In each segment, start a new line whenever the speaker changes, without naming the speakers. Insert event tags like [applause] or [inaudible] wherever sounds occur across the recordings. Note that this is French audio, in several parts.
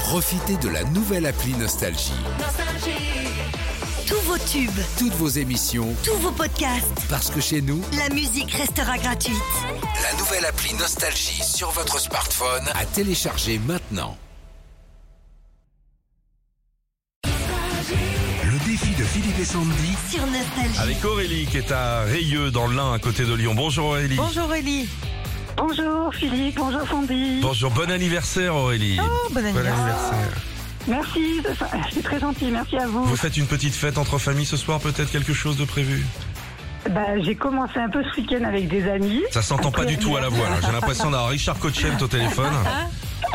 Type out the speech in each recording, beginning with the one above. Profitez de la nouvelle appli Nostalgie.
Tous vos tubes,
Toutes vos émissions,
tous vos podcasts,
parce que chez nous,
la musique restera gratuite.
la nouvelle appli Nostalgie sur votre smartphone à télécharger maintenant.
Le défi de Philippe et Sandy.
Sur Nostalgie.
Avec Aurélie qui est à Rayeux dans l'Ain à côté de Lyon. Bonjour Aurélie.
Bonjour Aurélie.
Bonjour Philippe, bonjour Sandy.
Bonjour, bon anniversaire Aurélie.
Oh, bon
Bon
anniversaire.
anniversaire.
Merci, c'est ça- Ah, c'est très gentil, merci à vous.
Vous faites une petite fête entre familles ce soir, peut-être quelque chose de prévu
Bah, J'ai commencé un peu ce week-end avec des amis.
Ça s'entend pas du tout à la voix. là. J'ai l'impression d'avoir Richard Cochent au téléphone.
Ah.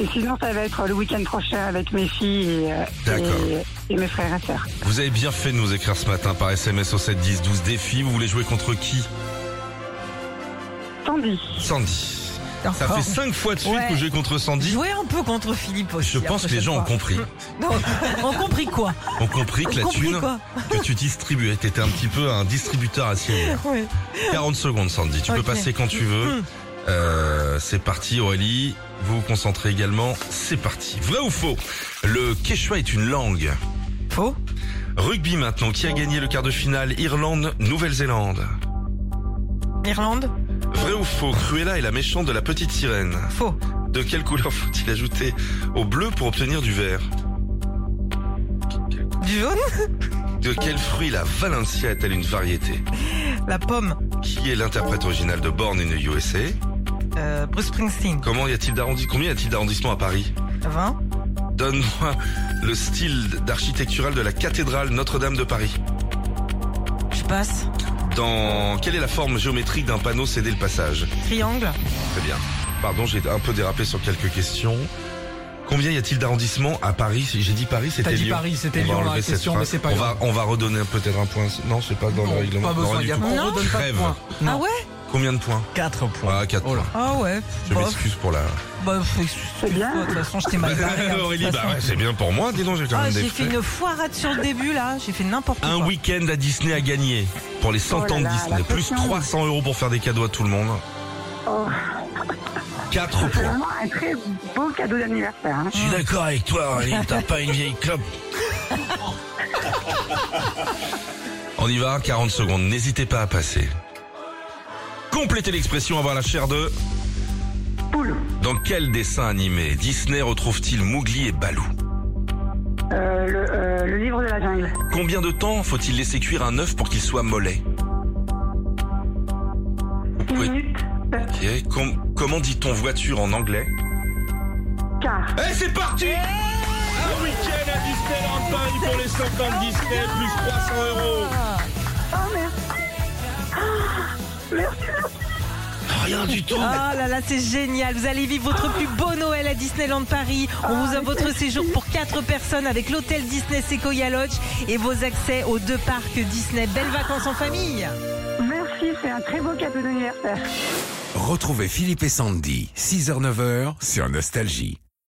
Et sinon, ça va être le week-end prochain avec mes filles et, euh,
D'accord.
et, et mes frères et sœurs.
Vous avez bien fait de nous écrire ce matin par SMS au 7 10 12 défi. Vous voulez jouer contre qui
Sandy.
Sandy. Ça
Encore.
fait cinq fois de suite
Ouais.
que j'ai contre Sandy.
Jouez un peu contre Philippe aussi.
Je
la
pense que les
prochaine
gens ont
fois.
compris.
[laughs] Non, ont compris quoi
Ont compris que la
Ont compris
thune
quoi
que tu distribuais, t'étais un petit peu un distributeur à ciel ouvert.
[laughs] Ouais.
40 secondes, Sandy. Tu peux
Ok. Hmm.
passer quand tu veux. Euh, c'est parti, Aurélie. Vous vous concentrez également. C'est parti. Vrai ou faux Le quechua est une langue.
Faux.
Rugby maintenant. Qui a gagné le quart de finale Irlande, Nouvelle-Zélande.
Irlande.
Vrai ou faux Cruella est la méchante de la petite sirène.
Faux.
De quelle couleur faut-il ajouter au bleu pour obtenir du vert
Du jaune.
De quel fruit la Valencia est-elle une variété
La pomme.
Qui est l'interprète original de Born in the USA
Euh, Bruce Springsteen.
Comment y a-t-il d'arrondi- Combien y a-t-il d'arrondissements à Paris
20.
Donne-moi le style d'architectural de la cathédrale Notre-Dame de Paris.
Je passe.
Dans quelle est la forme géométrique d'un panneau cédé le passage
Triangle.
Très bien. Pardon, j'ai un peu dérapé sur quelques questions. Combien y a-t-il d'arrondissements à Paris J'ai dit Paris, c'était
T'as dit
Lyon.
Paris, c'était
On va
Lyon dans
enlever
la
cette
question,
phrase.
mais c'est pas
on
grave.
va, on va redonner peut-être un point. Non, c'est pas dans le règlement.
pas
Non,
besoin,
rien du
y a
tout.
pas- on redonne pas de
Trêve.
points.
Ah
Non.
ouais
Combien de points
4 points.
Ah, 4
Oh là.
points.
Ah ouais.
Je
Bof.
m'excuse pour
[laughs]
la...
Bah, faut- excuse-toi,
bien.
De toute façon, je t'ai
[laughs]
mal
Ah,
barré. hein, de
Aurélie,
toute
bah
façon.
ouais, c'est bien pour moi. Dis donc, j'ai quand
Ah,
même des
j'ai fait
frais.
une foirade sur le début là. J'ai fait n'importe quoi.
Un week-end à Disney à gagner pour les 100
Oh là
ans de
là,
Disney.
la
Plus
pression.
300 euros pour faire des cadeaux à tout le monde.
Oh,
4
c'est
points.
vraiment un très beau cadeau d'anniversaire. hein.
Je suis d'accord avec toi, Aurélie, t'as pas une vieille clope. On y va, 40 secondes, n'hésitez pas à passer. Complétez l'expression avoir la chair de...
Poule.
Dans quel dessin animé Disney retrouve-t-il Mowgli et Balou
Euh, le, euh, le livre de la jungle.
Combien de temps faut-il laisser cuire un œuf pour qu'il soit mollet
10
Oui.
minutes. euh,
Ok, com- Comment dit-on voiture en anglais
Car.
Eh, c'est parti Un week-end à Disneyland Paris pour les 50 Disney, plus 300 euros
Oh merde.
Rien du tout
Ah là là, c'est génial. Vous allez vivre votre plus beau Noël à Disneyland Paris. On vous offre votre séjour pour 4 personnes avec l'hôtel Disney Sequoia Lodge et vos accès aux deux parcs Disney. Belles vacances en famille.
Merci, c'est un très beau cadeau d'anniversaire.
Retrouvez Philippe et Sandy, 6h-9h sur Nostalgie.